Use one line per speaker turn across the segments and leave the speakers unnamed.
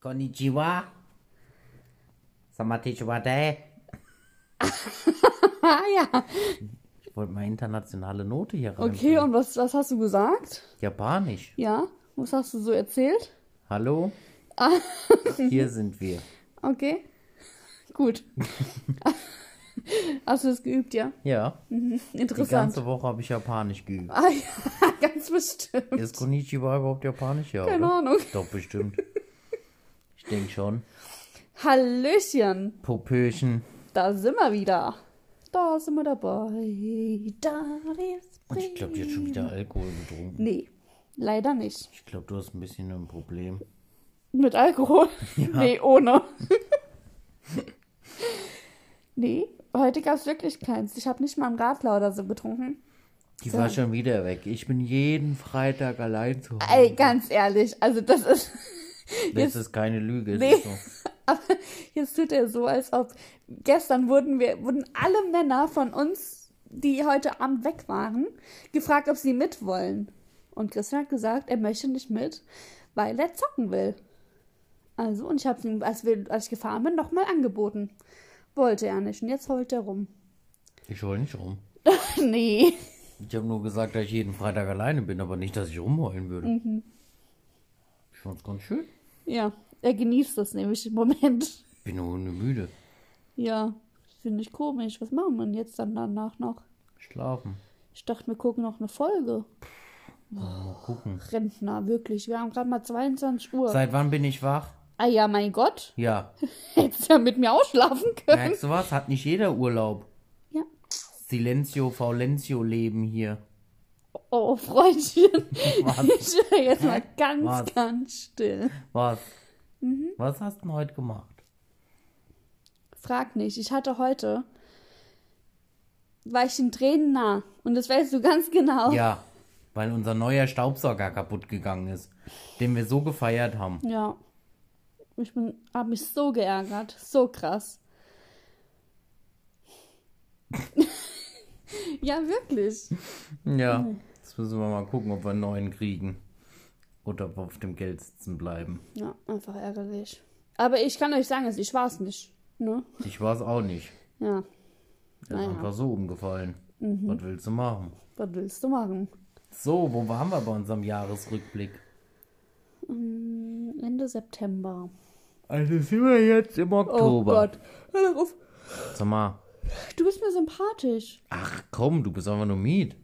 Konnichiwa. Samatichiwa Day.
Ah ja.
Ich wollte mal internationale Note hier rein.
Okay, und was, was hast du gesagt?
Japanisch.
Ja. Was hast du so erzählt?
Hallo?
Ah.
hier sind wir.
Okay. Gut. hast du das geübt, ja?
Ja. Die
Interessant.
ganze Woche habe ich Japanisch geübt.
Ah ja, ganz bestimmt.
Ist Konnichiwa überhaupt Japanisch? Ja.
Keine
oder?
Ahnung.
Doch, bestimmt. Ich denke schon.
Hallöchen,
Popöchen.
da sind wir wieder. Da sind wir dabei. Da ist
Und ich glaube, die hat schon wieder Alkohol getrunken.
Nee, leider nicht.
Ich glaube, du hast ein bisschen ein Problem.
Mit Alkohol? Nee, ohne. nee, heute gab es wirklich keins. Ich habe nicht mal einen Radler oder so getrunken.
Die war schon wieder weg. Ich bin jeden Freitag allein zu Hause.
Ey, ganz ehrlich, also das ist.
Das ist keine Lüge.
Nee.
Das ist so.
Aber jetzt tut er so, als ob gestern wurden wir, wurden alle Männer von uns, die heute Abend weg waren, gefragt, ob sie mit wollen. Und Christian hat gesagt, er möchte nicht mit, weil er zocken will. Also, und ich habe ihm, als, wir, als ich gefahren bin, nochmal angeboten. Wollte er nicht. Und jetzt heult er rum.
Ich heul nicht rum.
nee.
Ich habe nur gesagt, dass ich jeden Freitag alleine bin, aber nicht, dass ich rumheulen würde. Ich fand's ganz schön.
Ja, er genießt das nämlich im Moment.
Bin nur müde.
Ja, finde ich komisch. Was machen wir denn jetzt dann danach noch?
Schlafen.
Ich dachte, wir gucken noch eine Folge.
Mal gucken.
Rentner, wirklich. Wir haben gerade mal 22 Uhr.
Seit wann bin ich wach?
ah ja, mein Gott.
Ja.
Hättest ja mit mir ausschlafen können.
Merkst du was? Hat nicht jeder Urlaub.
Ja.
Silenzio, Faulenzio leben hier.
Oh, Freundchen. Ich wäre jetzt mal ganz,
Was?
ganz still.
Was? Was hast du denn heute gemacht?
Frag nicht. Ich hatte heute, war ich den Tränen nah. Und das weißt du ganz genau.
Ja, weil unser neuer Staubsauger kaputt gegangen ist, den wir so gefeiert haben.
Ja. Ich bin, hab mich so geärgert. So krass. ja, wirklich.
Ja, jetzt müssen wir mal gucken, ob wir einen neuen kriegen. Oder ob wir auf dem Geld sitzen bleiben.
Ja, einfach ärgerlich. Aber ich kann euch sagen, also ich war es nicht. Ne?
Ich war es auch nicht.
Ja,
Er ist
Naja. Mhm.
einfach so umgefallen. Was willst du machen?
was willst du machen?
So, wo waren wir bei unserem Jahresrückblick?
Ende September.
Also sind wir jetzt im
Oh
Oktober.
Gott. Hör doch auf.
Sag mal,
Du bist mir sympathisch.
ach komm, du bist einfach nur Miet.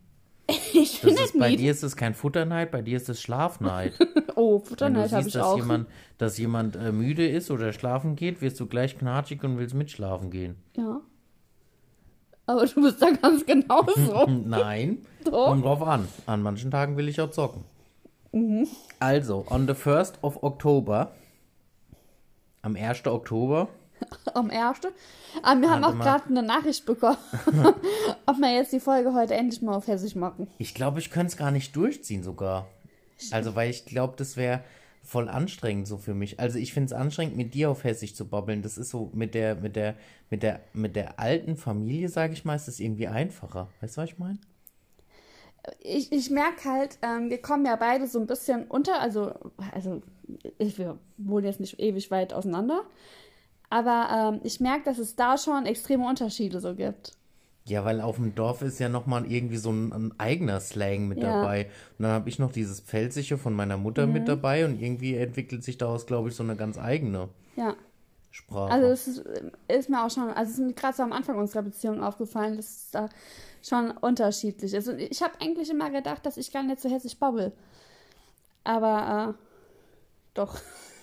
Ich bin
Das ist,
nicht
bei
mied.
dir ist es kein Futterneid, bei dir ist es Schlafneid.
Oh,
Wenn du
Futterneid habe
siehst,
ich
dass
auch.
jemand, dass jemand äh, müde ist oder schlafen geht, wirst du gleich knatschig und willst mitschlafen gehen.
Ja. Aber du bist da ganz genauso.
Nein,
Doch.
kommt drauf an. An manchen Tagen will ich auch zocken.
Mhm.
Also, on the 1st of October, am 1. Oktober,
Am ersten. Aber wir haben
Warte
auch
mal.
gerade eine Nachricht bekommen, ob wir jetzt die Folge heute endlich mal auf Hessisch machen.
ich glaube, ich könnte es gar nicht durchziehen sogar. Also, weil ich glaube, das wäre voll anstrengend so für mich. Also, ich finde es anstrengend, mit dir auf Hessisch zu babbeln. Das ist so mit der, mit der, mit der, mit der alten Familie, sage ich mal, ist das irgendwie einfacher. Weißt du, was ich meine?
ich, ich merke halt, ähm, wir kommen ja beide so ein bisschen unter, also, also ich, wir wohnen jetzt nicht ewig weit auseinander, aber ähm, ich merke, dass es da schon extreme Unterschiede so gibt.
Ja, weil auf dem Dorf ist ja nochmal irgendwie so ein, ein eigener Slang mit
Ja.
dabei. Und dann habe ich noch dieses Pfälzische von meiner Mutter mit dabei und irgendwie entwickelt sich daraus, glaube ich, so eine ganz eigene
Ja,
Sprache.
also es ist, ist mir auch schon, also es ist mir gerade so am Anfang unserer Beziehung aufgefallen, dass es da schon unterschiedlich ist. Und ich habe eigentlich immer gedacht, dass ich gar nicht so hässlich babbel. Aber äh, doch,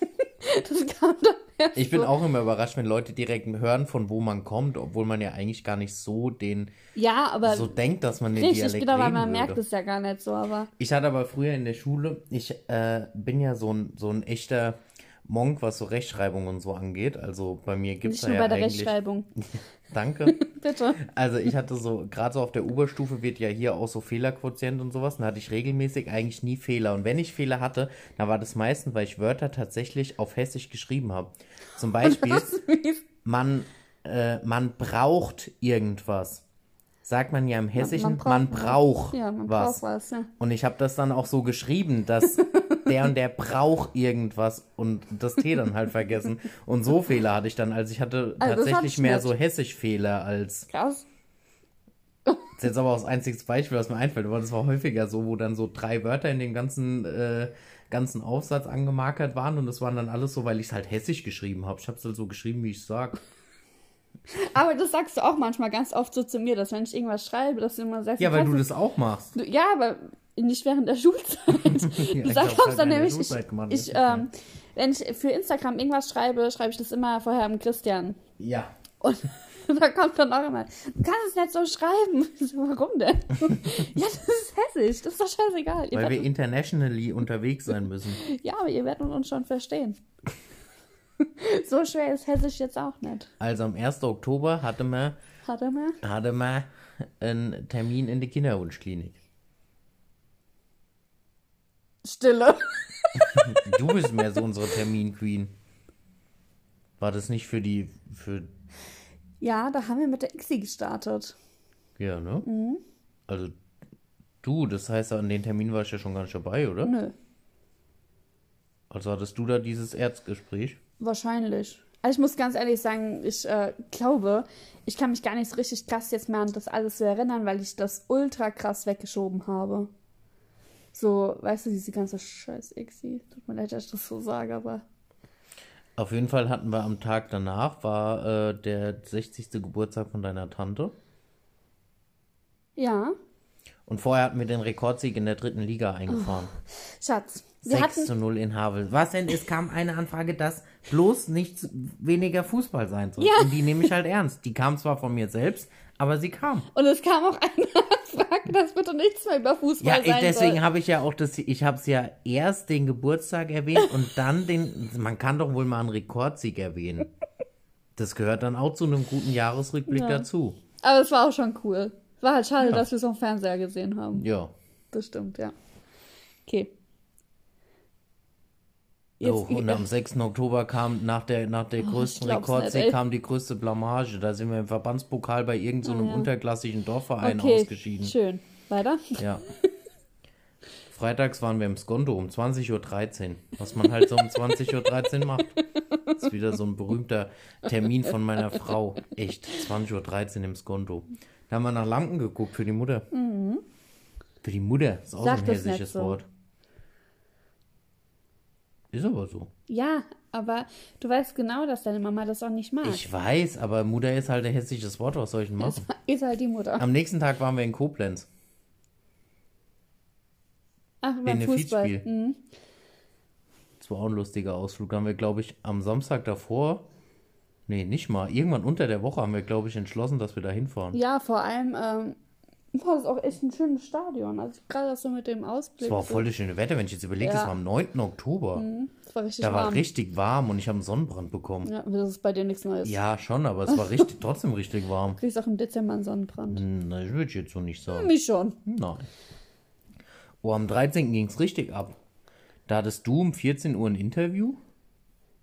das kam dann erst
ich bin
so.
auch immer überrascht, wenn Leute direkt hören, von wo man kommt, obwohl man ja eigentlich gar nicht so den,
Ja, aber
so denkt, dass man den
richtig,
Dialekt
genau, weil
reden
man
würde.
merkt es ja gar nicht so, aber...
Ich hatte aber früher in der Schule, ich äh, bin ja so ein, so ein echter Monk, was so Rechtschreibung und so angeht. Also bei mir gibt es
Nicht
ja
nur bei der
eigentlich...
Rechtschreibung.
Danke.
Bitte.
Also ich hatte so, gerade so auf der Oberstufe wird ja hier auch so Fehlerquotient und sowas. Und da hatte ich regelmäßig eigentlich nie Fehler. Und wenn ich Fehler hatte, dann war das meistens, weil ich Wörter tatsächlich auf Hessisch geschrieben habe. Zum Beispiel, man, äh, man braucht irgendwas. sagt man ja im Hessischen, man
braucht
braucht, man braucht
Ja, man
was.
braucht was. Ja.
Und ich habe das dann auch so geschrieben, dass der und der braucht irgendwas und das T dann halt vergessen. Und so Fehler hatte ich dann. Also ich hatte
Also das hab
tatsächlich
ich
mehr
nicht.
so Hessisch-Fehler als.
Krass.
Das ist jetzt aber auch das einzige Beispiel, was mir einfällt, aber das war häufiger so, wo dann so drei Wörter in dem ganzen, äh, ganzen Aufsatz angemarkert waren und das waren dann alles so, weil ich es halt hessisch geschrieben habe. Ich habe es halt so geschrieben, wie ich es sage.
Aber das sagst du auch manchmal ganz oft so zu mir, dass wenn ich irgendwas schreibe, dass du immer sagst,
Ja, weil
kannst
du das auch machst.
Du- Ja, aber nicht während der Schulzeit.
Ja,
Du
ich
sagst,
hab's
hab's dann
halt in der
nämlich, ich,
Schulzeit gemacht,
ich,
das ist
ähm, wenn ich für Instagram irgendwas schreibe, schreibe ich das immer vorher an Christian.
Ja.
Und da kommt dann auch immer, du kannst es nicht so schreiben. Ich So, warum denn? ja, das ist hässlich, das ist doch scheißegal. Ihr
Weil wir
werdet,
internationally unterwegs sein müssen.
ja, aber ihr werdet uns schon verstehen. so schwer ist hässlich jetzt auch nicht.
Also am 1. Oktober hatte man,
Hat er mal?
hatte man einen Termin in die Kinderwunschklinik.
Stille.
Du bist mehr so unsere Termin-Queen. War das nicht für die, für,
Ja, da haben wir mit der Xi gestartet.
ja, ne?
Mhm.
Also, du, das heißt, an den Termin war ich ja schon gar nicht dabei, oder?
Nö,
Also hattest du da dieses Erzgespräch?
Wahrscheinlich. Also ich muss ganz ehrlich sagen, ich äh, glaube, ich kann mich gar nicht so richtig krass jetzt mehr an das alles so erinnern, weil ich das ultra krass weggeschoben habe. So, weißt du, diese ganze scheiß Ixi. Tut mir leid, dass ich das so sage, aber
Auf jeden Fall hatten wir am Tag danach, war äh, der 60. Geburtstag von deiner Tante.
ja.
Und vorher hatten wir den Rekordsieg in der dritten Liga eingefahren.
Schatz, Oh. wir
6
hatten
zu 0 in Havel. Was denn? Es kam eine Anfrage, dass bloß nichts weniger Fußball sein soll.
Ja.
Und die nehme ich halt ernst. Die kam zwar von mir selbst, aber sie kam.
und es kam auch einer fragt, dass bitte nichts mehr über
Ja,
Fußball
ich,
sein
deswegen
soll.
habe ich ja auch das, ich habe es ja erst den Geburtstag erwähnt und dann den, man kann doch wohl mal einen Rekordsieg erwähnen. Das gehört dann auch zu einem guten Jahresrückblick dazu.
Aber es war auch schon cool. War halt schade, dass wir es am Fernseher gesehen haben.
Ja.
Das stimmt, ja. Okay.
oh, und am 6. Oktober kam nach der, nach der größten
Oh, glaub's nicht,
Rekordsieg
ey.
kam die größte Blamage. Da sind wir im Verbandspokal bei irgendeinem so einem
ja.
unterklassigen Dorfverein ausgeschieden.
Schön. Weiter?
Ja. Freitags waren wir im Skondo um 20.13 Uhr, was man halt so um 20.13 Uhr macht. Das ist wieder so ein berühmter Termin von meiner Frau. Echt, 20.13 Uhr im Skondo. Da haben wir nach Lampen geguckt für die Mutter. Für die Mutter, ist auch
Mhm. Sag
so ein
das nicht
hessisches
so.
Wort. Ist aber so.
Ja, aber du weißt genau, dass deine Mama das auch nicht mag.
Ich weiß, aber Mutter ist halt ein hessisches Wort, was soll ich denn machen?
Ist halt die Mutter.
Am nächsten Tag waren wir in Koblenz.
Ach, beim Fußball. Hm,
Benefizspiel. Das war auch ein lustiger Ausflug. Da haben wir, glaube ich, am Samstag davor, nee, nicht mal, irgendwann unter der Woche haben wir, glaube ich, entschlossen, dass wir da hinfahren.
Ja, vor allem, ähm, boah, das ist auch echt ein schönes Stadion. Also gerade auch so mit dem Ausblick.
Das war auch
so.
voll das schöne Wetter, wenn ich jetzt überlege,
Ja.
das war am 9. Oktober.
Das war richtig
Da war
warm.
richtig warm und ich habe einen Sonnenbrand bekommen.
ja, das ist bei dir nichts Neues.
Ja, schon, aber es war richtig, trotzdem richtig warm.
Du kriegst auch im Dezember einen Sonnenbrand.
Hm, Na, ich würde ich jetzt so nicht sagen.
Mich schon.
Nein. Oh, am 13. ging es richtig ab. Da hattest du um 14 Uhr ein Interview?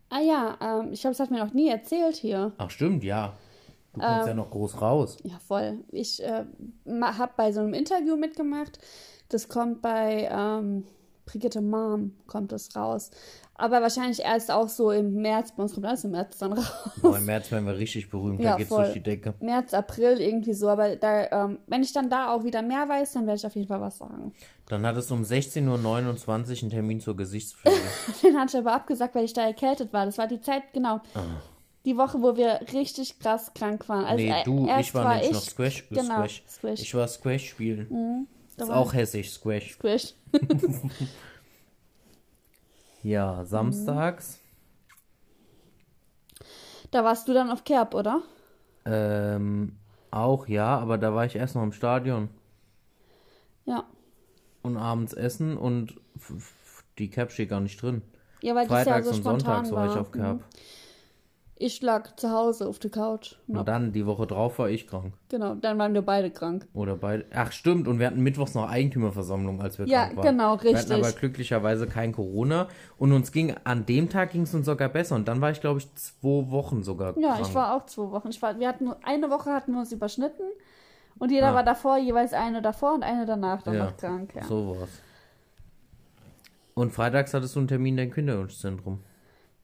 Ah ja, ähm, ich glaube, das hat mir noch nie erzählt hier.
Ach stimmt, ja. Du kommst
Ähm.
ja noch groß raus.
Ja, voll. Ich äh, habe bei so einem Interview mitgemacht. Das kommt bei ähm, Brigitte Mom, kommt das raus. Aber wahrscheinlich erst auch so im März. Bei uns kommt alles im März dann raus.
Boah, im März werden wir richtig berühmt,
Ja,
da geht's
voll.
durch die Decke.
März, April irgendwie so. Aber da, ähm, wenn ich dann da auch wieder mehr weiß, dann werde ich auf jeden Fall was sagen.
Dann hattest du um 16.29 Uhr einen Termin zur Gesichtspflege.
Den hatte ich aber abgesagt, weil ich da erkältet war. Das war die Zeit, genau.
Ah.
Die Woche, wo wir richtig krass krank waren. Also
nee,
äh,
du,
erst
ich war nämlich noch Squash. äh,
Genau,
Squash.
Squash. Mhm,
Ich war Squash spielen.
da
Ist
war
auch hässlich, Squash.
Squish.
Ja, samstags.
Da warst du dann auf Kerb, oder?
Ähm, auch ja, aber da war ich erst noch im Stadion
Ja.
und abends essen und f- f- die Cap steht gar nicht drin.
Ja, weil das ja
Freitags
so
und
spontan
sonntags
war. Mhm.
war ich auf Cap.
Ich lag zu Hause auf der Couch. Ja,
Und dann, die Woche drauf, war ich krank.
genau, dann waren wir beide krank.
Oder beide. Ach, stimmt. Und wir hatten mittwochs noch Eigentümerversammlung, als wir
Ja,
krank waren.
genau,
Wir hatten
richtig.
aber glücklicherweise kein Corona. Und uns ging, an dem Tag ging es uns sogar besser. Und dann war ich, glaube ich, zwei Wochen sogar
Ja,
krank.
ich war auch zwei Wochen. Ich war, wir hatten nur- eine Woche hatten wir uns überschnitten Und jeder
Ah.
war davor, jeweils eine davor und eine danach dann
Ja.
noch krank. Ja.
Sowas. Und freitags hattest du einen Termin dein Kinderwunschzentrum.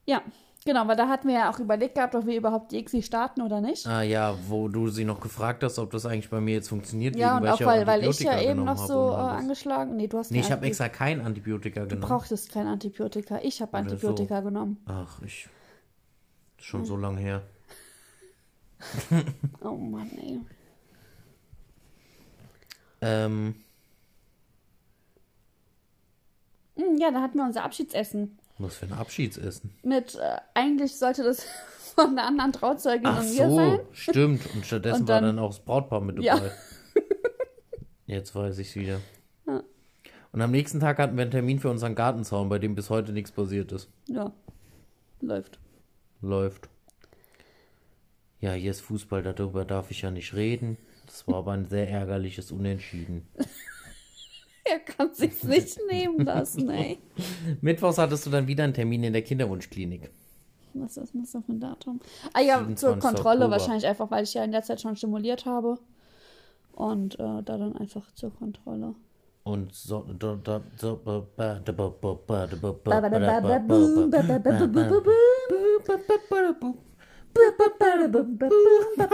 ja, genau, weil da hatten wir ja auch überlegt gehabt, ob wir überhaupt die ICSI starten oder nicht.
Ah ja, wo du sie noch gefragt hast, ob das eigentlich bei mir jetzt funktioniert.
ja,
wegen,
und auch
ja
weil, weil ich
Antibiotika
ja eben
genommen
noch
habe
so äh,
und alles.
angeschlagen. Nee, du hast
Nee,
kein
ich habe
Antibiotika-
extra kein Antibiotika
Du
genommen.
brauchtest kein Antibiotika. Ich habe
Oder so.
Antibiotika genommen.
Ach, ich. Das ist
Hm.
schon so lange her.
Oh Mann, ey.
Ähm,
Hm, Ja, da hatten wir unser Abschiedsessen.
was für ein Abschiedsessen.
Mit, äh, eigentlich sollte das von einer anderen Trauzeugin
Ach
und mir
so,
sein.
stimmt. Und stattdessen
Und
war
dann-
dann auch das Brautpaar mit dabei.
Ja.
Jetzt weiß ich's wieder.
Ja.
Und am nächsten Tag hatten wir einen Termin für unseren Gartenzaun, bei dem bis heute nichts passiert ist.
Ja, läuft.
Läuft. Ja, hier ist Fußball, darüber darf ich ja nicht reden. Das war aber ein sehr ärgerliches Unentschieden.
Er kann sich's nicht nehmen lassen, ey.
Mittwochs hattest du dann wieder einen Termin in der Kinderwunschklinik.
Was ist das noch für ein Datum? Ah ja, zur
27.
Kontrolle
Oktober.
wahrscheinlich einfach, weil ich ja in der Zeit schon stimuliert habe. Und äh, da dann einfach zur Kontrolle.
Und so. da- da- so- ba- ba- da- ba- ba- ba- da- ba- ba- ba- da- ba- ba- ba- ba-
Ja,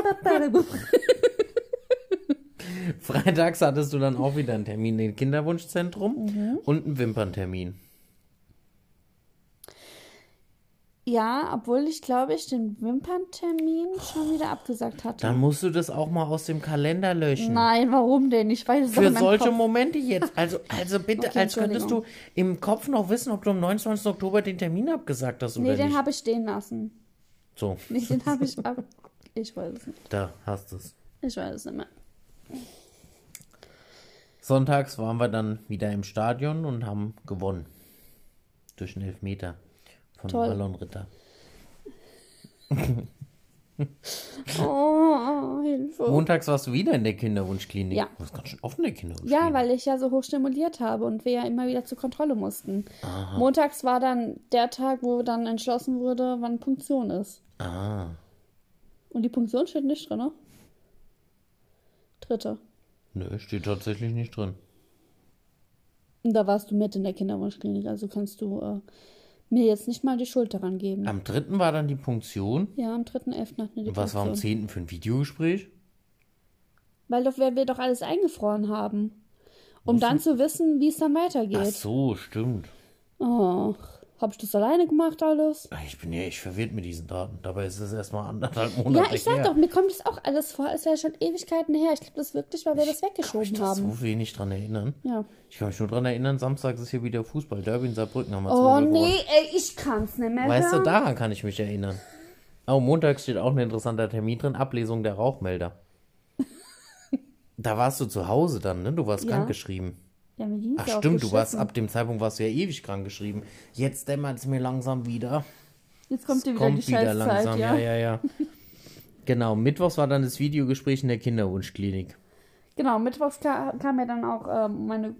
Freitags hattest du dann auch wieder einen Termin im Kinderwunschzentrum
Mhm.
und einen Wimperntermin.
obwohl ich glaube ich den Wimperntermin schon wieder abgesagt
Dann
hatte.
musst du das auch mal aus dem Kalender löschen.
Nein, warum denn? Ich weiß es doch
Für
in meinem
solche
Kopf.
Momente jetzt. Also, also bitte,
Okay,
als könntest du im Kopf noch wissen, ob du am 29. Oktober den Termin abgesagt hast
Nee,
oder
den
nicht.
habe ich stehen lassen.
So,
Nee, den habe ich ab. Ich weiß es nicht.
da hast du es.
Ich weiß es nicht mehr.
Sonntags waren wir dann wieder im Stadion und haben gewonnen. Durch einen Elfmeter von
Toll.
Ballon Ritter.
Oh, Hilfe.
Montags warst du wieder in der Kinderwunschklinik.
Ja.
Du warst ganz schön oft in der Kinderwunschklinik.
Ja, weil ich ja so hoch stimuliert habe und wir ja immer wieder zur Kontrolle mussten.
Aha.
Montags war dann der Tag, wo dann entschlossen wurde, wann Punktion ist.
Ah,
Und die Punktion steht nicht drin, ne? Dritte.
nö, steht tatsächlich nicht drin.
Und da warst du mit in der Kinderwunschklinik, also kannst du äh, mir jetzt nicht mal die Schuld daran geben.
Am dritten war dann die Punktion.
ja, am 3.11. hatten wir die
Und was war am
Punktion.
10. für ein Videogespräch?
Weil doch, wir, wir doch alles eingefroren haben. Um dann zu wissen, wie es dann
Ach
weitergeht.
so, stimmt.
Oh, hab ich das alleine gemacht alles?
Ah, Ich bin ja echt verwirrt mit diesen Daten. Dabei ist es erstmal anderthalb Monate
Ja,
her.
ich sag doch, mir kommt das auch alles vor, als wäre schon Ewigkeiten her. Ich glaube das wirklich, weil wir das weggeschoben
Ich kann
haben.
so wenig dran erinnern.
Ja.
Ich kann mich nur dran erinnern, Samstags ist hier wieder Fußball. Derby in Saarbrücken haben wir 2-0
Oh
gewonnen.
nee, ey, ich kann's nicht mehr.
Weißt du,
hören.
daran kann ich mich erinnern. Oh, Montag steht auch ein interessanter Termin drin, Ablesung der Rauchmelder. Da warst du zu Hause dann, ne? Du warst
Ja.
krankgeschrieben.
Ja, mir ging's
Ach
ja auch
stimmt, du warst
beschissen.
ab dem Zeitpunkt warst du ja ewig krankgeschrieben. Jetzt dämmert es mir langsam wieder.
Jetzt kommt dir wieder die
Kommt wieder
Scheißzeit,
langsam,
ja.
ja, ja, ja. genau, Mittwochs war dann das Videogespräch in der Kinderwunschklinik.
Genau, mittwochs ka kam ja dann auch ähm, meine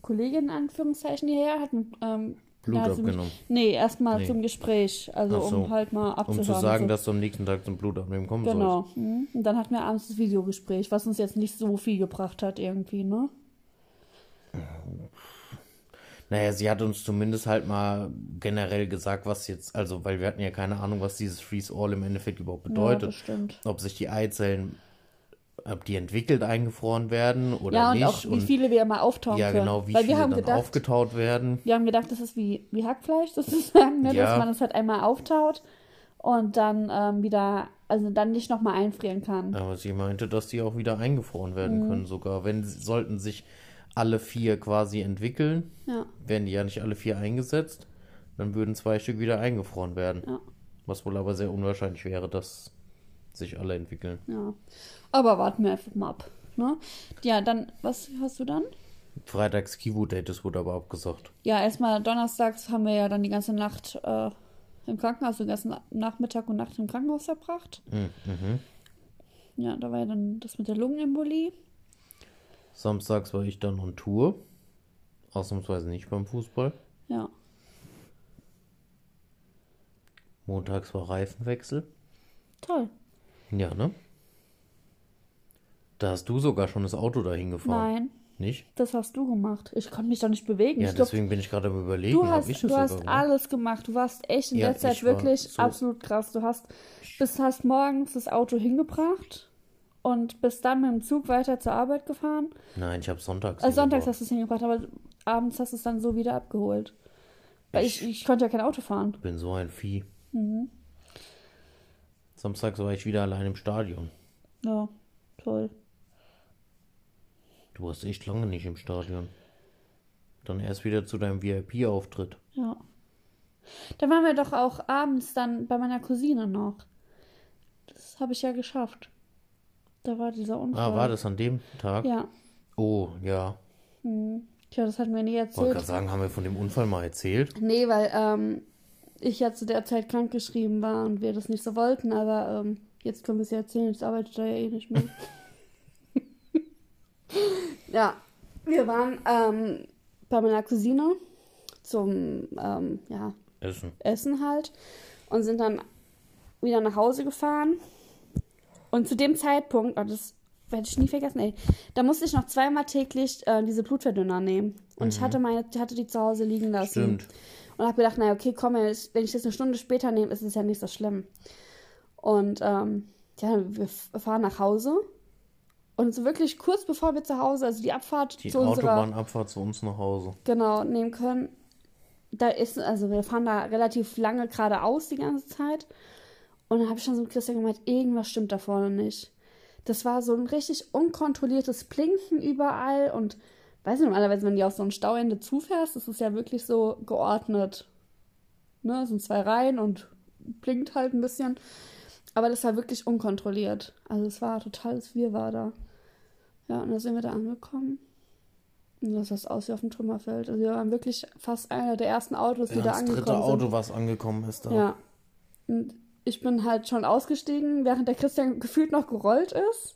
Kollegin in Anführungszeichen hierher, hat ein, ähm,
Blut
na, sie mich-
abgenommen.
Nee, erstmal
Nee.
zum Gespräch, also
Ach so.
um halt mal
Um
abzuhören.
zu sagen,
so.
dass du am nächsten Tag zum Blutabnehmen kommen sollst.
Genau. Mhm. Und dann hatten wir abends das Videogespräch, was uns jetzt nicht so viel gebracht hat irgendwie, ne?
Naja, sie hat uns zumindest halt mal generell gesagt, was jetzt, also, weil wir hatten ja keine Ahnung, was dieses Freeze All im Endeffekt überhaupt
Ja,
bedeutet.
das stimmt.
ob sich die Eizellen, ob die entwickelt eingefroren werden oder
Ja, und
nicht.
auch wie viele wir mal auftauen
ja,
können.
genau, wie
Weil
viele
wir haben
dann
gedacht,
aufgetaut werden.
wir haben gedacht, das ist wie, wie Hackfleisch sozusagen, ne?
Ja.
dass man es halt einmal auftaut und dann ähm, wieder, also dann nicht nochmal einfrieren kann.
Aber sie meinte, dass die auch wieder eingefroren werden
Mhm.
können, sogar. Wenn sie- sollten sich alle vier quasi entwickeln,
Ja.
werden die ja nicht alle vier eingesetzt, dann würden zwei Stück wieder eingefroren werden.
Ja.
Was wohl aber sehr unwahrscheinlich wäre, dass sich alle entwickeln.
Ja. Aber warten wir einfach mal ab. Ne? Ja, dann, was hast du dann?
Freitags Kivu-Date, das wurde aber abgesagt.
Ja, erstmal donnerstags haben wir ja dann die ganze Nacht äh, im Krankenhaus, den ganzen Na- Nachmittag und Nacht im Krankenhaus verbracht.
Hm, mhm.
Ja, da war ja dann das mit der Lungenembolie.
Samstags war ich dann on Tour. Ausnahmsweise nicht beim Fußball.
Ja.
Montags war Reifenwechsel.
Toll.
Ja, ne? Da hast du sogar schon das Auto dahin gefahren.
Nein,
Nicht?
das hast du gemacht. Ich konnte mich doch nicht bewegen.
Ja,
ich glaub,
deswegen bin ich gerade am überlegen,
du
ob
hast,
ich das
du hast
sogar gemacht?
alles gemacht. Du warst echt in
Ja,
der Zeit
ich war
wirklich
so-
absolut krass. Du hast bis hast morgens das Auto hingebracht und bist dann mit dem Zug weiter zur Arbeit gefahren.
Nein, ich habe sonntags.
Also sonntags
hingebracht.
hast du es hingebracht, aber abends hast du es dann so wieder abgeholt. Weil ich, ich konnte ja kein Auto fahren.
Ich bin so ein Vieh.
Mhm.
Samstags war ich wieder allein im Stadion.
Ja, toll.
Du warst echt lange nicht im Stadion. Dann erst wieder zu deinem VIP-Auftritt.
Ja. Da waren wir doch auch abends dann bei meiner Cousine noch. Das habe ich ja geschafft. Da war dieser Unfall.
Ah, war das an dem Tag?
Ja.
Oh, ja.
Tja, das hat mir nie
Wollte
erzählt.
gerade sagen, haben wir von dem Unfall mal erzählt?
Nee, weil ähm, ich ja zu der Zeit krankgeschrieben war und wir das nicht so wollten, aber ähm, jetzt können wir es ja erzählen, jetzt arbeitet er ja eh nicht mehr. ja, wir waren ähm, bei meiner Cousine zum ähm, ja,
Essen.
Essen halt und sind dann wieder nach Hause gefahren. Und zu dem Zeitpunkt, oh, das werde ich nie vergessen, ey, da musste ich noch zweimal täglich äh, diese Blutverdünner nehmen. Und ich hatte meine, ich hatte die zu Hause liegen lassen.
Stimmt.
Und habe gedacht, naja, okay, komm, wenn ich wenn ich das eine Stunde später nehme, ist es ja nicht so schlimm. Und ähm, ja, wir f- fahren nach Hause. Und so wirklich kurz bevor wir zu Hause, also die Abfahrt
Die
zu unserer
Autobahnabfahrt zu uns nach Hause.
genau nehmen können. Da ist, also wir fahren da relativ lange geradeaus die ganze Zeit. Und dann habe ich schon so mit Christian gemeint, irgendwas stimmt da vorne nicht. Das war so ein richtig unkontrolliertes Blinken überall und weiß nicht, normalerweise, wenn du auf so ein Stauende zufährst, ist es ja wirklich so geordnet. Ne, es sind zwei Reihen und blinkt halt ein bisschen. Aber das war wirklich unkontrolliert. Also es war totales Wirrwarr da. Ja, und da sind wir da angekommen. Und das sah aus wie auf dem Trümmerfeld. Also wir waren wirklich fast einer der ersten Autos, die da
das
angekommen
dritte
sind.
Auto, was angekommen ist. Da.
Ja. Und ich bin halt schon ausgestiegen, während der Christian gefühlt noch gerollt ist.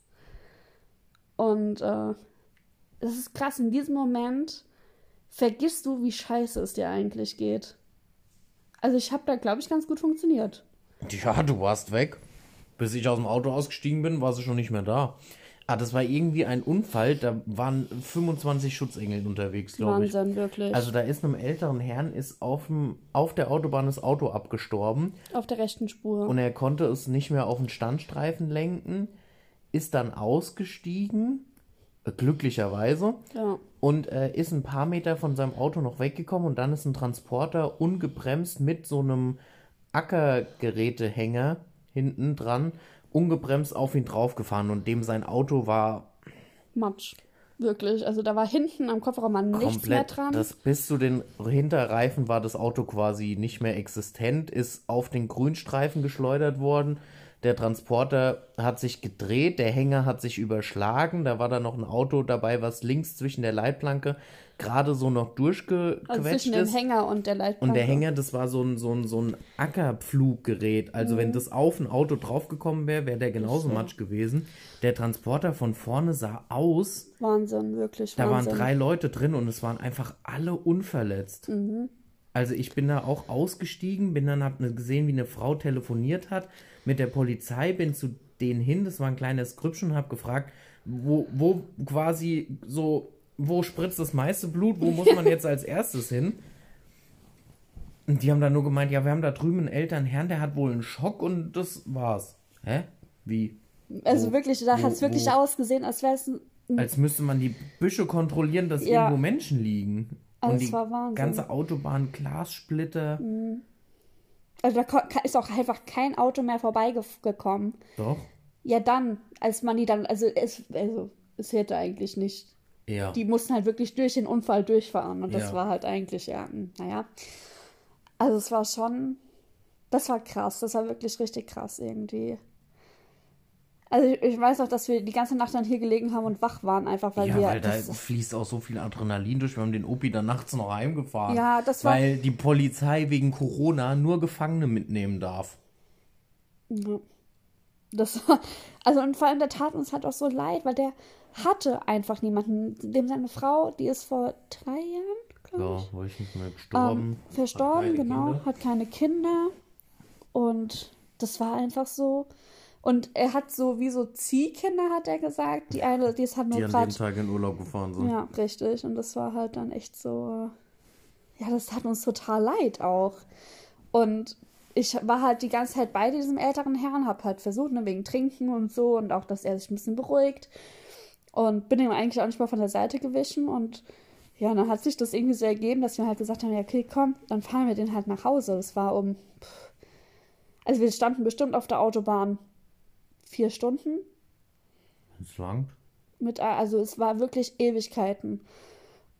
Und äh, das ist krass, in diesem Moment vergisst du, wie scheiße es dir eigentlich geht. Also ich habe da, glaube ich, ganz gut funktioniert.
Ja, du warst weg. Bis ich aus dem Auto ausgestiegen bin, warst du schon nicht mehr da. Ah, das war irgendwie ein Unfall. Da waren 25 Schutzengel unterwegs, glaube ich.
Wahnsinn, wirklich.
Also da ist einem älteren Herrn ist aufm, auf der Autobahn das Auto abgestorben
Auf der rechten Spur.
und er konnte es nicht mehr auf den Standstreifen lenken, ist dann ausgestiegen, äh, glücklicherweise,
ja.
und äh, ist ein paar Meter von seinem Auto noch weggekommen und dann ist ein Transporter ungebremst mit so einem Ackergerätehänger hinten dran ungebremst auf ihn draufgefahren und dem sein Auto war
Matsch. Wirklich. Also da war hinten am Kofferraum mal nichts mehr
komplett
dran.
das bis zu den Hinterreifen war das Auto quasi nicht mehr existent, ist auf den Grünstreifen geschleudert worden. Der Transporter hat sich gedreht, der Hänger hat sich überschlagen, da war da noch ein Auto dabei, was links zwischen der Leitplanke gerade so noch
also
durchgequetscht
zwischen dem
ist.
Hänger und der Leitplanke.
Und der Hänger, das war so ein, so ein, so ein Ackerpfluggerät. Also
Mhm.
wenn das auf ein Auto draufgekommen wäre, wäre der genauso matsch gewesen. Der Transporter von vorne sah aus,
Wahnsinn, wirklich.
da
Wahnsinn.
waren drei Leute drin und es waren einfach alle unverletzt.
Mhm.
Also ich bin da auch ausgestiegen, bin dann hab ne, gesehen, wie eine Frau telefoniert hat mit der Polizei, bin zu denen hin, das war ein kleines Grüppchen, hab gefragt, wo, wo quasi so, wo spritzt das meiste Blut, wo muss man jetzt als erstes hin? Und die haben dann nur gemeint, ja, wir haben da drüben einen älteren Herrn, der hat wohl einen Schock und das war's. Hä? Wie?
Also
Wo-
wirklich, da
wo-
hat es wirklich
wo-
ausgesehen, als wäre es ein
Als müsste man die Büsche kontrollieren, dass
Ja.
irgendwo Menschen liegen.
Also
und
es
die
war Wahnsinn. Mhm.
ganze Autobahn, Glassplitter.
Also da ko- ka- ist auch einfach kein Auto mehr vorbeigekommen.
Doch.
Ja, dann, als man die dann, also es, also es hätte eigentlich nicht.
Ja.
Die mussten halt wirklich durch den Unfall durchfahren und das
Ja.
war halt eigentlich, ja, hm, naja. Also es war schon, das war krass, das war wirklich richtig krass irgendwie. Also ich, ich weiß noch, dass wir die ganze Nacht dann hier gelegen haben und wach waren, einfach weil
ja,
wir.
weil da
das,
fließt auch so viel Adrenalin durch. Wir haben den Opi dann nachts noch heimgefahren.
Ja, das war-
Weil die Polizei wegen Corona nur Gefangene mitnehmen darf.
Ja. Das war, also und vor allem, der tat uns halt auch so leid, weil der hatte einfach niemanden. Dem seine Frau, die ist vor drei Jahren, glaube
Ja,
ich,
war ich nicht mehr
ähm,
gestorben.
verstorben,
keine
genau,
Kinder.
hat keine Kinder. Und das war einfach so. Und er hat so wie so Ziehkinder, hat er gesagt. Die eine, die ist halt nur
die an
gerade.
dem Tag in Urlaub gefahren sind.
Ja, richtig. Und das war halt dann echt so. äh, Ja, das tat uns total leid auch. Und ich war halt die ganze Zeit bei diesem älteren Herrn, hab halt versucht, ne, wegen Trinken und so und auch, dass er sich ein bisschen beruhigt. Und bin ihm eigentlich auch nicht mal von der Seite gewichen. Und ja, dann hat sich das irgendwie so ergeben, dass wir halt gesagt haben: Ja, okay, komm, dann fahren wir den halt nach Hause. Das war um. pff, Also, wir standen bestimmt auf der Autobahn vier Stunden
Ist lang.
mit, A- also es war wirklich Ewigkeiten.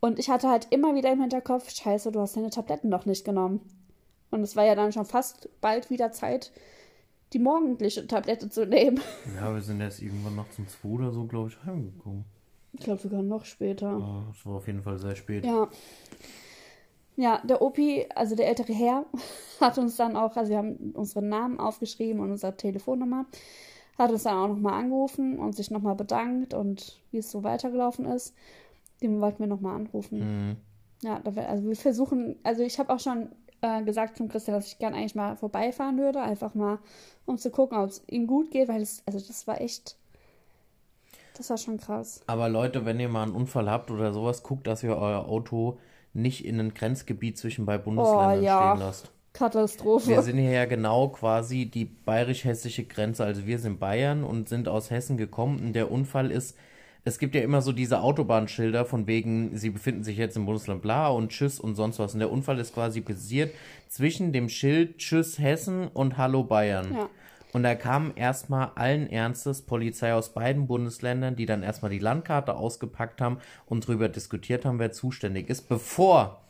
Und ich hatte halt immer wieder im Hinterkopf, scheiße, du hast deine Tabletten noch nicht genommen. Und es war ja dann schon fast bald wieder Zeit, die morgendliche Tablette zu nehmen.
Ja, wir sind erst irgendwann nachts um zwei oder so, glaube ich, heimgekommen.
Ich glaube sogar noch später.
Ja, Es war auf jeden Fall sehr spät.
Ja. Ja, der Opi, also der ältere Herr, hat uns dann auch, also wir haben unseren Namen aufgeschrieben und unsere Telefonnummer, hat uns dann auch nochmal angerufen und sich nochmal bedankt und wie es so weitergelaufen ist. Dem wollten wir nochmal anrufen.
Mhm.
Ja, da wär, also wir versuchen, also ich habe auch schon äh, gesagt zum Christian, dass ich gern eigentlich mal vorbeifahren würde, einfach mal, um zu gucken, ob es ihm gut geht, weil es, also das war echt, das war schon krass.
Aber Leute, wenn ihr mal einen Unfall habt oder sowas, guckt, dass ihr euer Auto nicht in ein Grenzgebiet zwischen bei Bundesländern
Oh, ja.
stehen lasst. Wir
Katastrophe.
sind hier ja genau quasi die bayerisch-hessische Grenze. Also wir sind Bayern und sind aus Hessen gekommen. Und der Unfall ist, es gibt ja immer so diese Autobahnschilder von wegen, sie befinden sich jetzt im Bundesland bla und tschüss und sonst was. Und der Unfall ist quasi passiert zwischen dem Schild Tschüss Hessen und Hallo Bayern.
Ja.
Und da kamen erstmal allen Ernstes Polizei aus beiden Bundesländern, die dann erstmal die Landkarte ausgepackt haben und drüber diskutiert haben, wer zuständig ist, bevor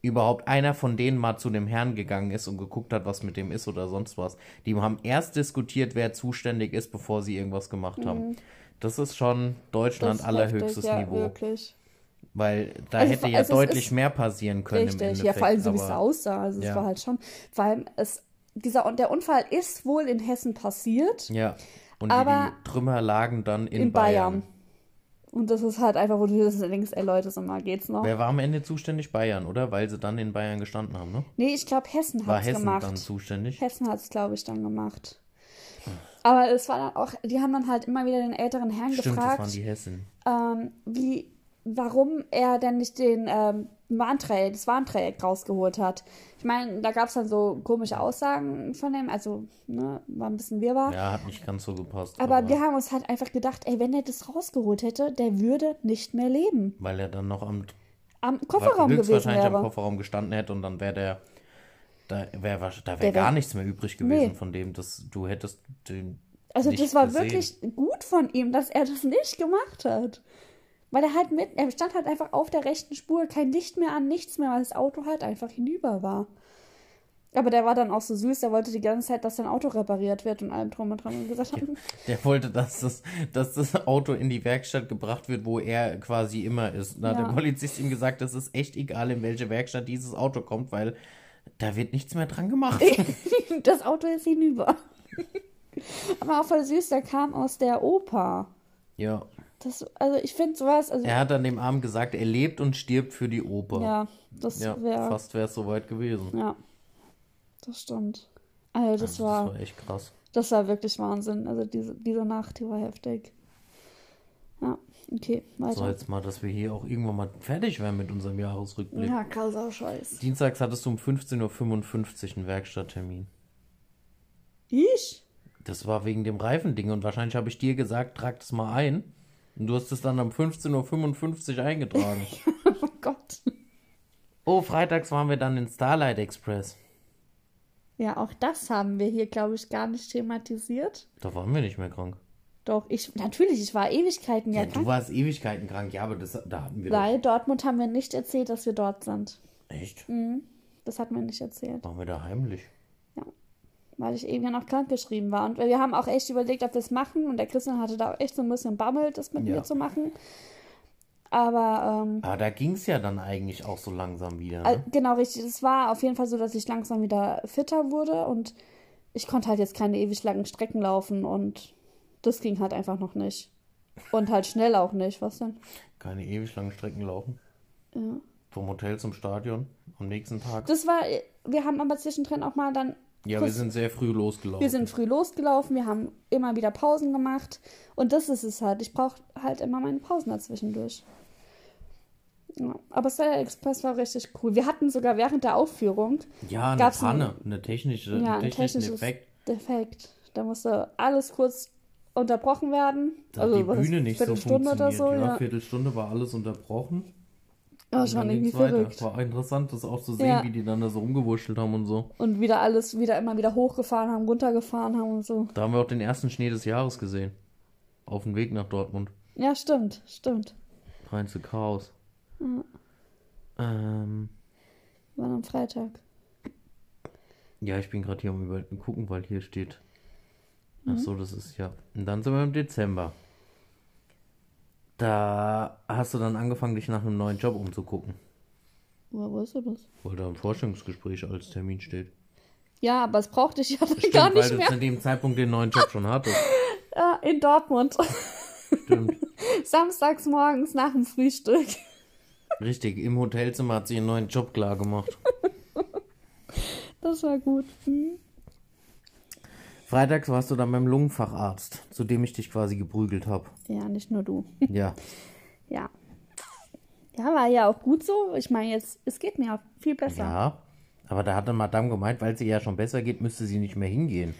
überhaupt einer von denen mal zu dem Herrn gegangen ist und geguckt hat, was mit dem ist oder sonst was. Die haben erst diskutiert, wer zuständig ist, bevor sie irgendwas gemacht haben. Das ist schon Deutschland
Mhm. Das ist
allerhöchstes
heftig, ja,
Niveau.
Wirklich.
Weil da
Also,
hätte ja
also es
deutlich
ist-
mehr passieren können im
Richtig,
Endeffekt.
ja, vor allem so wie es
aber-
aussah. Also es
Ja.
war halt schon, vor allem es, dieser, und der Unfall ist wohl in Hessen passiert,
Ja. Und
Aber-
die Trümmer lagen dann in,
in
Bayern.
Bayern. Und das ist halt einfach, wo du dir denkst, ey Leute, so mal geht's noch.
Wer war am Ende zuständig? Bayern, oder? Weil sie dann in Bayern gestanden haben, ne?
Nee, ich glaube, Hessen
War
hat's
Hessen
gemacht.
dann zuständig?
Hessen hat es, glaube ich, dann gemacht. Aber es war dann auch, die haben dann halt immer wieder den älteren Herrn
Stimmt, das waren
gefragt,
die Hessen.
ähm, wie, warum er denn nicht den ähm, Warndreieck, das Warndreieck rausgeholt hat. Ich meine, da gab es dann so komische Aussagen von dem, also ne, war ein bisschen wirrwarr.
Ja, hat nicht ganz so gepasst.
aber, wir haben uns halt einfach gedacht, ey, wenn er das rausgeholt hätte, der würde nicht mehr leben.
weil er dann noch am
Am Kofferraum gewesen
höchstwahrscheinlich am
wäre.
Kofferraum gestanden hätte und dann wäre der da wäre da wär
Der wär-
gar nichts mehr übrig gewesen
Nee.
von dem, dass du hättest den
Also
nicht
das war
gesehen.
wirklich gut von ihm, dass er das nicht gemacht hat. Weil er halt mit, er stand halt einfach auf der rechten Spur, kein Licht mehr an, nichts mehr, weil das Auto halt einfach hinüber war. Aber der war dann auch so süß, der wollte die ganze Zeit, dass sein Auto repariert wird und allem drum und dran und gesagt hat,
Der wollte, dass das, dass das Auto in die Werkstatt gebracht wird, wo er quasi immer ist. Da hat
Ja.
der Polizist ihm gesagt, das ist echt egal, in welche Werkstatt dieses Auto kommt, weil da wird nichts mehr dran gemacht.
das Auto ist hinüber. Aber auch voll süß, der kam aus der Oper.
ja.
Das, also ich finde sowas, also
Er hat an dem Abend gesagt, er lebt und stirbt für die Oper.
ja, das
Ja,
wäre,
fast wäre es soweit gewesen.
ja, das stimmt. Also das war,
das war echt krass.
Das war wirklich Wahnsinn. Also diese, diese Nacht, die war heftig. Ja, okay,
So,
weiter.
jetzt mal, dass wir hier auch irgendwann mal fertig werden mit unserem Jahresrückblick.
ja, krasser Scheiß.
Dienstags hattest du um 15.55 Uhr einen Werkstatttermin.
Ich?
Das war wegen dem Reifending und wahrscheinlich habe ich dir gesagt, trag das mal ein. Und du hast es dann um 15.55 Uhr eingetragen.
Oh Gott.
oh, freitags waren wir dann in Starlight Express.
Ja, auch das haben wir hier, glaube ich, gar nicht thematisiert.
Da waren wir nicht mehr krank.
Doch, ich, natürlich, ich war Ewigkeiten ja,
Ja,
krank.
du warst Ewigkeiten krank. Ja, aber das, da hatten wir
Weil Dortmund haben wir nicht erzählt, dass wir dort sind.
doch... Echt?
Mhm. Das hat mir nicht erzählt,
Waren wir da heimlich?
weil ich eben ja noch krank geschrieben war. Und wir haben auch echt überlegt, ob wir es machen. Und der Christian hatte da auch echt so ein bisschen bammelt, das mit
Ja.
mir zu machen. Aber ähm,
Aber Ah, da ging es ja dann eigentlich auch so langsam wieder,
Äh,
ne?
Genau, richtig. Es war auf jeden Fall so, dass ich langsam wieder fitter wurde und ich konnte halt jetzt keine ewig langen Strecken laufen und das ging halt einfach noch nicht. Und halt schnell auch nicht, was denn?
Keine ewig langen Strecken laufen.
Ja.
Vom Hotel zum Stadion am nächsten Tag.
Das war, wir haben aber zwischendrin auch mal dann
Ja, wir
Kurz-
sind sehr früh losgelaufen.
Wir sind früh losgelaufen, wir haben immer wieder Pausen gemacht. Und das ist es halt. Ich brauche halt immer meine Pausen dazwischendurch. Ja, aber Starlight Express war richtig cool. Wir hatten sogar während der Aufführung
ja, eine
gab's
Panne, eine technische,
ja,
Äh, einen
ein
technischen
technisches
Effekt.
Defekt. Da musste alles kurz unterbrochen werden.
Da
Also
hat die
was ist,
Bühne nicht so
Viertelstunde
funktioniert.
oder so.
ja.
Ja,
Viertelstunde war alles unterbrochen.
oh,
Und dann
schon irgendwie
ging's weiter.
verrückt.
War interessant, das auch zu sehen,
Ja.
wie die dann da so rumgewurschtelt haben und so.
Und wieder alles, wieder immer wieder hochgefahren haben, runtergefahren haben und so.
Da haben wir auch den ersten Schnee des Jahres gesehen. Auf dem Weg nach Dortmund.
Ja, stimmt, stimmt.
Reinste Chaos. Ähm,
War am Freitag.
ja, ich bin gerade hier am über gucken, weil hier steht.
Mhm.
Ach so, das ist ja. Und dann sind wir im Dezember. Da hast du dann angefangen, dich nach einem neuen Job umzugucken,
Wo, wo ist denn das?
weil da ein Forschungsgespräch als Termin steht.
Ja, aber es brauchte ich ja dann gar nicht
weil du zu
mehr.
dem Zeitpunkt den neuen Job schon hattest.
Ah, in Dortmund.
Stimmt.
Samstags morgens nach dem Frühstück.
Richtig, im Hotelzimmer hat sie ihren neuen Job klar gemacht.
Das war gut. Hm.
Freitags warst du dann beim Lungenfacharzt, zu dem ich dich quasi geprügelt habe.
Ja, nicht nur du.
Ja.
Ja. Ja, war ja auch gut so. Ich meine, jetzt, es geht mir auch viel besser.
Ja. Aber da hat dann Madame gemeint, weil es ihr ja schon besser geht, müsste sie nicht mehr hingehen.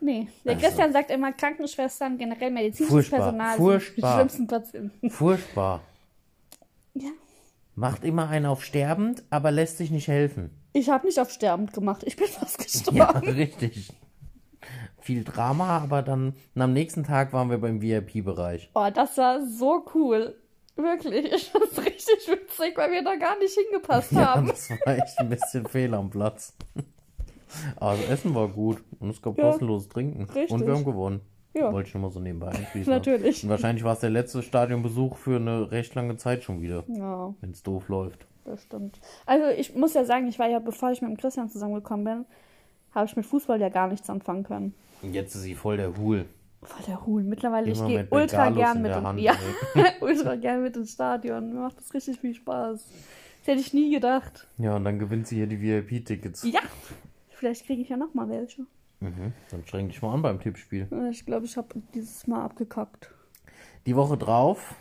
Nee. Der Christian sagt immer, Krankenschwestern, generell medizinisches
Furchtbar,
Personal sind die
furchtbar.
schlimmsten Patienten.
Furchtbar.
Ja.
Macht immer einen auf sterbend, aber lässt sich nicht helfen.
Ich habe nicht auf sterbend gemacht. Ich bin fast gestorben.
Ja, richtig. Viel Drama, aber dann und am nächsten Tag waren wir beim VIP-Bereich.
Oh, das war so cool. Wirklich. Ich fand's richtig witzig, weil wir da gar nicht hingepasst
Ja,
haben.
das war echt ein bisschen fehl am Platz. Aber das Essen war gut und es gab
Ja.
kostenloses Trinken.
Richtig.
Und wir haben gewonnen.
Ja.
Wollte ich nur mal so nebenbei einschließen.
Natürlich.
Und wahrscheinlich war es der letzte Stadionbesuch für eine recht lange Zeit schon wieder,
Ja,
wenn es doof läuft.
das stimmt. Also ich muss ja sagen, ich war ja, bevor ich mit dem Christian zusammengekommen bin, habe ich mit Fußball ja gar nichts anfangen können.
Und jetzt ist sie voll der Hul.
Voll der Huhn. Mittlerweile, ich
Immer
gehe
mit
ultra
Bengalos
gern
in
mit
der
in,
Hand,
ja, ultra gern mit ins Stadion. Mir macht das richtig viel Spaß. Das hätte ich nie gedacht.
Ja, und dann gewinnt sie hier die VIP-Tickets.
Ja, vielleicht kriege ich ja nochmal welche.
Mhm. Dann streng dich mal an beim Tippspiel.
Ich glaube, ich habe dieses Mal abgekackt.
Die Woche drauf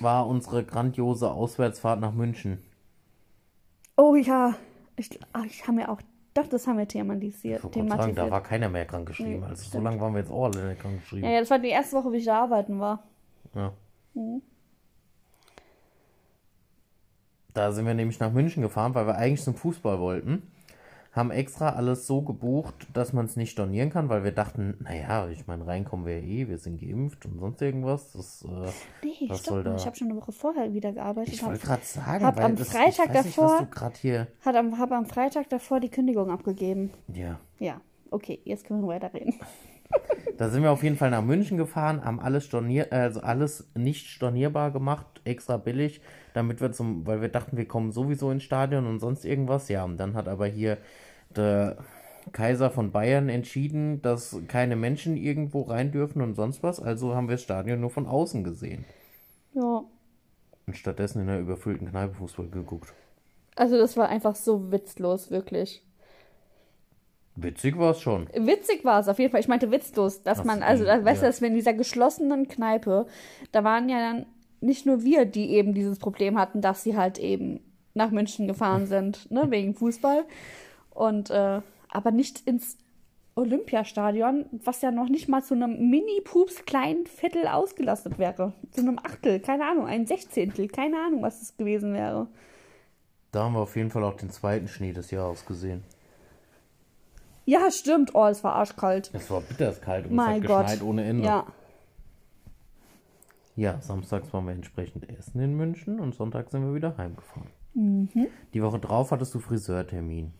war unsere grandiose Auswärtsfahrt nach München.
Oh ja, ich, ach, ich habe mir auch, doch, das haben wir thematisiert.
Ich wollte gerade sagen,
thematisiert.
da war keiner mehr krank geschrieben.
Nee,
also so
stimmt.
lange waren wir jetzt auch alle krank geschrieben.
ja, ja, das war die erste Woche, wie ich da arbeiten war.
Ja.
Mhm.
Da sind wir nämlich nach München gefahren, weil wir eigentlich zum Fußball wollten. Haben extra alles so gebucht, dass man es nicht stornieren kann, weil wir dachten, naja, ich meine, reinkommen wir eh, wir sind geimpft und sonst irgendwas. Das, äh,
Nee,
Was soll
stopp mal,
da-
ich habe schon eine Woche vorher wieder gearbeitet.
ich
hab-
wollte gerade sagen,
hab
weil
am
das,
Freitag
ich weiß nicht,
davor-
was du gerade hier.
Hat am, hab am Freitag davor die Kündigung abgegeben.
Ja.
Ja, okay, jetzt können wir weiterreden.
Da sind wir auf jeden Fall nach München gefahren, haben alles storniert, also alles nicht stornierbar gemacht, extra billig, damit wir zum, weil wir dachten, wir kommen sowieso ins Stadion und sonst irgendwas. Ja, und dann hat aber hier der Kaiser von Bayern entschieden, dass keine Menschen irgendwo rein dürfen und sonst was. Also haben wir das Stadion nur von außen gesehen
Ja,
und stattdessen in einer überfüllten Kneipe Fußball geguckt.
also das war einfach so witzlos, wirklich.
Witzig war es schon.
Witzig war es auf jeden Fall. Ich meinte witzlos, dass
Ach,
man, also
ja.
weißt du, dass wir in dieser geschlossenen Kneipe, da waren ja dann nicht nur wir, die eben dieses Problem hatten, dass sie halt eben nach München gefahren sind, ne, wegen Fußball. Und äh, aber nicht ins Olympiastadion, was ja noch nicht mal zu einem mini-pups kleinen Viertel ausgelastet wäre. Zu einem Achtel, keine Ahnung, ein Sechzehntel, keine Ahnung, was es gewesen wäre.
Da haben wir auf jeden Fall auch den zweiten Schnee des Jahres gesehen.
Ja, stimmt. Oh, es war arschkalt.
Es war bitterskalt und
mein
es hat
Gott.
geschneit ohne Ende.
Ja.
Ja, samstags waren wir entsprechend essen in München und sonntags sind wir wieder heimgefahren.
Mhm.
Die Woche drauf hattest du Friseurtermin,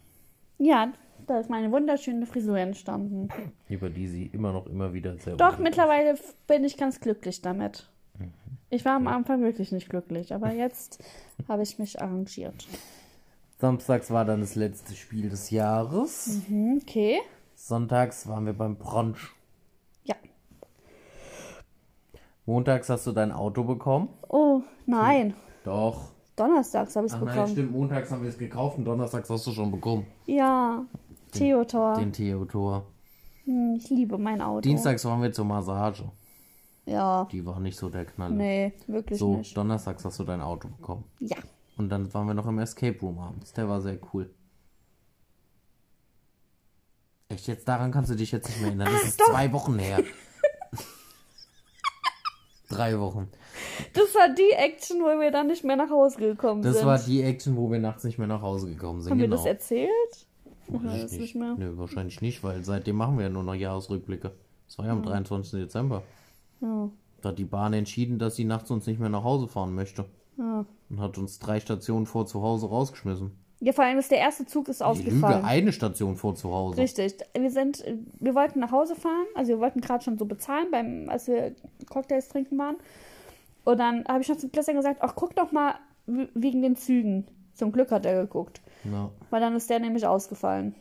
Ja, da ist meine wunderschöne Frisur entstanden.
über die sie immer noch immer wieder sehr
Doch,
unglücklich-
mittlerweile f- bin ich ganz glücklich damit.
Mhm.
Ich war am Anfang wirklich nicht glücklich, aber jetzt habe ich mich arrangiert.
Samstags war dann das letzte Spiel des Jahres.
Hm, Okay.
Sonntags waren wir beim Brunch.
Ja.
Montags hast du dein Auto bekommen.
Oh, nein.
Doch.
Donnerstags habe ich es
Ach Ah, nein,
bekommen.
stimmt. Montags haben wir es gekauft und donnerstags hast du schon bekommen.
Ja. Theodor.
den Theodor.
Hm, ich liebe mein Auto.
Dienstags waren wir zur Massage.
Ja.
Die war nicht so der Knaller.
Nee, wirklich
so,
nicht.
donnerstags hast du dein Auto bekommen.
Ja.
Und dann waren wir noch im Escape Room abends. Der war sehr cool. Echt jetzt? Daran kannst du dich jetzt nicht mehr erinnern. Das
Ach,
ist
doch.
zwei Wochen her. Drei Wochen.
Das war die Action, wo wir dann nicht mehr nach Hause gekommen
Das
sind.
war die Action, wo wir nachts nicht mehr nach Hause gekommen sind.
Haben wir
genau.
das erzählt? Ach,
Weiß ich
das
nicht.
nicht mehr.
Nö, wahrscheinlich nicht, weil seitdem machen wir ja nur noch Jahresrückblicke. Das war ja am 23. Dezember.
Ja.
Da hat die Bahn entschieden, dass sie nachts uns nicht mehr nach Hause fahren möchte.
Ja.
Und hat uns drei Stationen vor zu Hause rausgeschmissen.
ja, vor allem ist der erste Zug ist
Die Lüge,
ausgefallen.
eine Station vor zu Hause.
Richtig. Wir sind, wir wollten nach Hause fahren, also wir wollten gerade schon so bezahlen, beim, als wir Cocktails trinken waren. Und dann habe ich noch zum Christian gesagt, ach, guck doch mal w- wegen den Zügen. Zum Glück hat er geguckt.
Ja.
Weil dann ist der nämlich ausgefallen.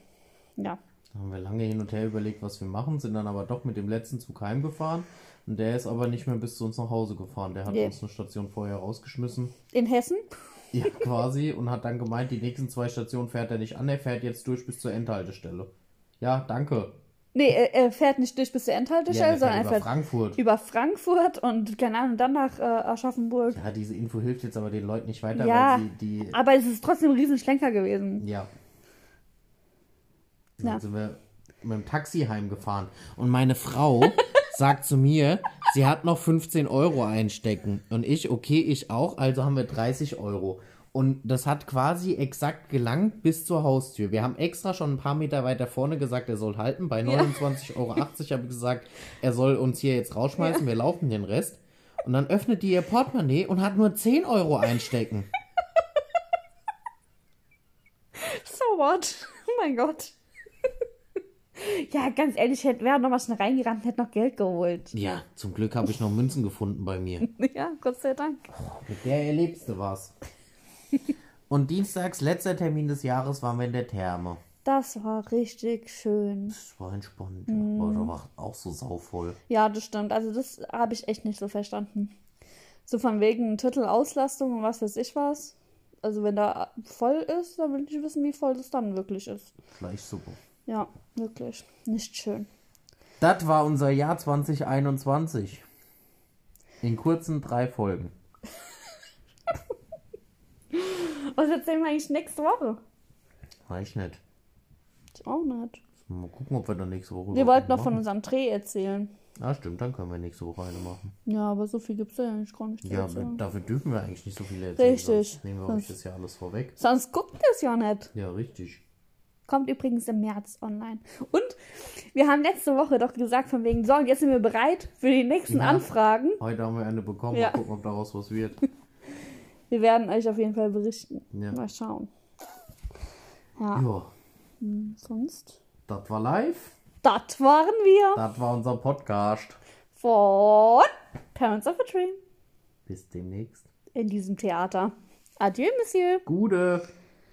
Ja.
Da haben wir lange hin und her überlegt, was wir machen, sind dann aber doch mit dem letzten Zug heimgefahren. Und der ist aber nicht mehr bis zu uns nach Hause gefahren. Der hat
Nee.
uns eine Station vorher rausgeschmissen.
In Hessen?
Ja, quasi. Und hat dann gemeint, die nächsten zwei Stationen fährt er nicht an. Er fährt jetzt durch bis zur Endhaltestelle. Ja, danke.
Nee, er, er fährt nicht durch bis zur
Ja,
Endhaltestelle,
der
sondern
fährt über
er fährt
Frankfurt.
über Frankfurt und, keine Ahnung, dann nach äh, Aschaffenburg.
Ja, diese Info hilft jetzt aber den Leuten nicht weiter,
Ja.
weil sie die.
Aber es ist trotzdem ein Riesenschlenker gewesen.
Ja.
Ja.
Dann sind wir mit dem Taxi heimgefahren. Und meine Frau sagt zu mir, sie hat noch 15 Euro einstecken. Und ich, okay, ich auch, also haben wir 30 Euro. Und das hat quasi exakt gelangt bis zur Haustür. Wir haben extra schon ein paar Meter weiter vorne gesagt, er soll halten. Bei 29,80 Euro habe ich gesagt, er soll uns hier jetzt rausschmeißen, wir laufen den Rest. Und dann öffnet die ihr Portemonnaie und hat nur 10 Euro einstecken.
So what? Oh mein Gott. ja, ganz ehrlich, hätte wäre noch mal schnell reingerannt und hätte noch Geld geholt.
Ja, zum Glück habe ich noch Münzen gefunden bei mir.
Ja, Gott sei Dank.
Mit der erlebste was. Und dienstags, letzter Termin des Jahres, waren wir in der Therme.
Das war richtig schön.
Das war entspannt. ja.
Mhm.
Aber da war auch so sauvoll.
Ja, das stimmt. Also das habe ich echt nicht so verstanden. So von wegen Tüttelauslastung und was weiß ich was. Also wenn da voll ist, dann will ich wissen, wie voll das dann wirklich ist.
Fleischsuppe.
Ja, wirklich. Nicht schön.
Das war unser Jahr 2021. In kurzen drei Folgen.
Was erzählen wir eigentlich nächste Woche?
Weiß nicht.
Ich auch nicht.
Mal gucken, ob wir dann nächste Woche.
Wir
überhaupt
wollten noch von
machen.
unserem Dreh erzählen.
Ah, stimmt, dann können wir nächste Woche eine machen.
Ja, aber so viel gibt's ja eigentlich gar nicht. zu
Ja, aber
erzählen.
dafür dürfen wir eigentlich nicht so viele erzählen.
Richtig.
Sonst nehmen wir euch
Sonst-
das ja alles vorweg.
Sonst guckt ihr es ja nicht.
Ja, richtig.
Kommt übrigens im März online. Und wir haben letzte Woche doch gesagt, von wegen, so, und jetzt sind wir bereit für die nächsten
Ja.
Anfragen.
Heute haben wir eine bekommen.
Ja.
Mal gucken, ob daraus was wird.
Wir werden euch auf jeden Fall berichten.
Ja.
Mal schauen. Ja,
Ja,
sonst.
das war live.
Das waren wir
Das war unser Podcast.
von Parents of a Dream
Bis demnächst.
in diesem Theater. Adieu, Monsieur.
Gute.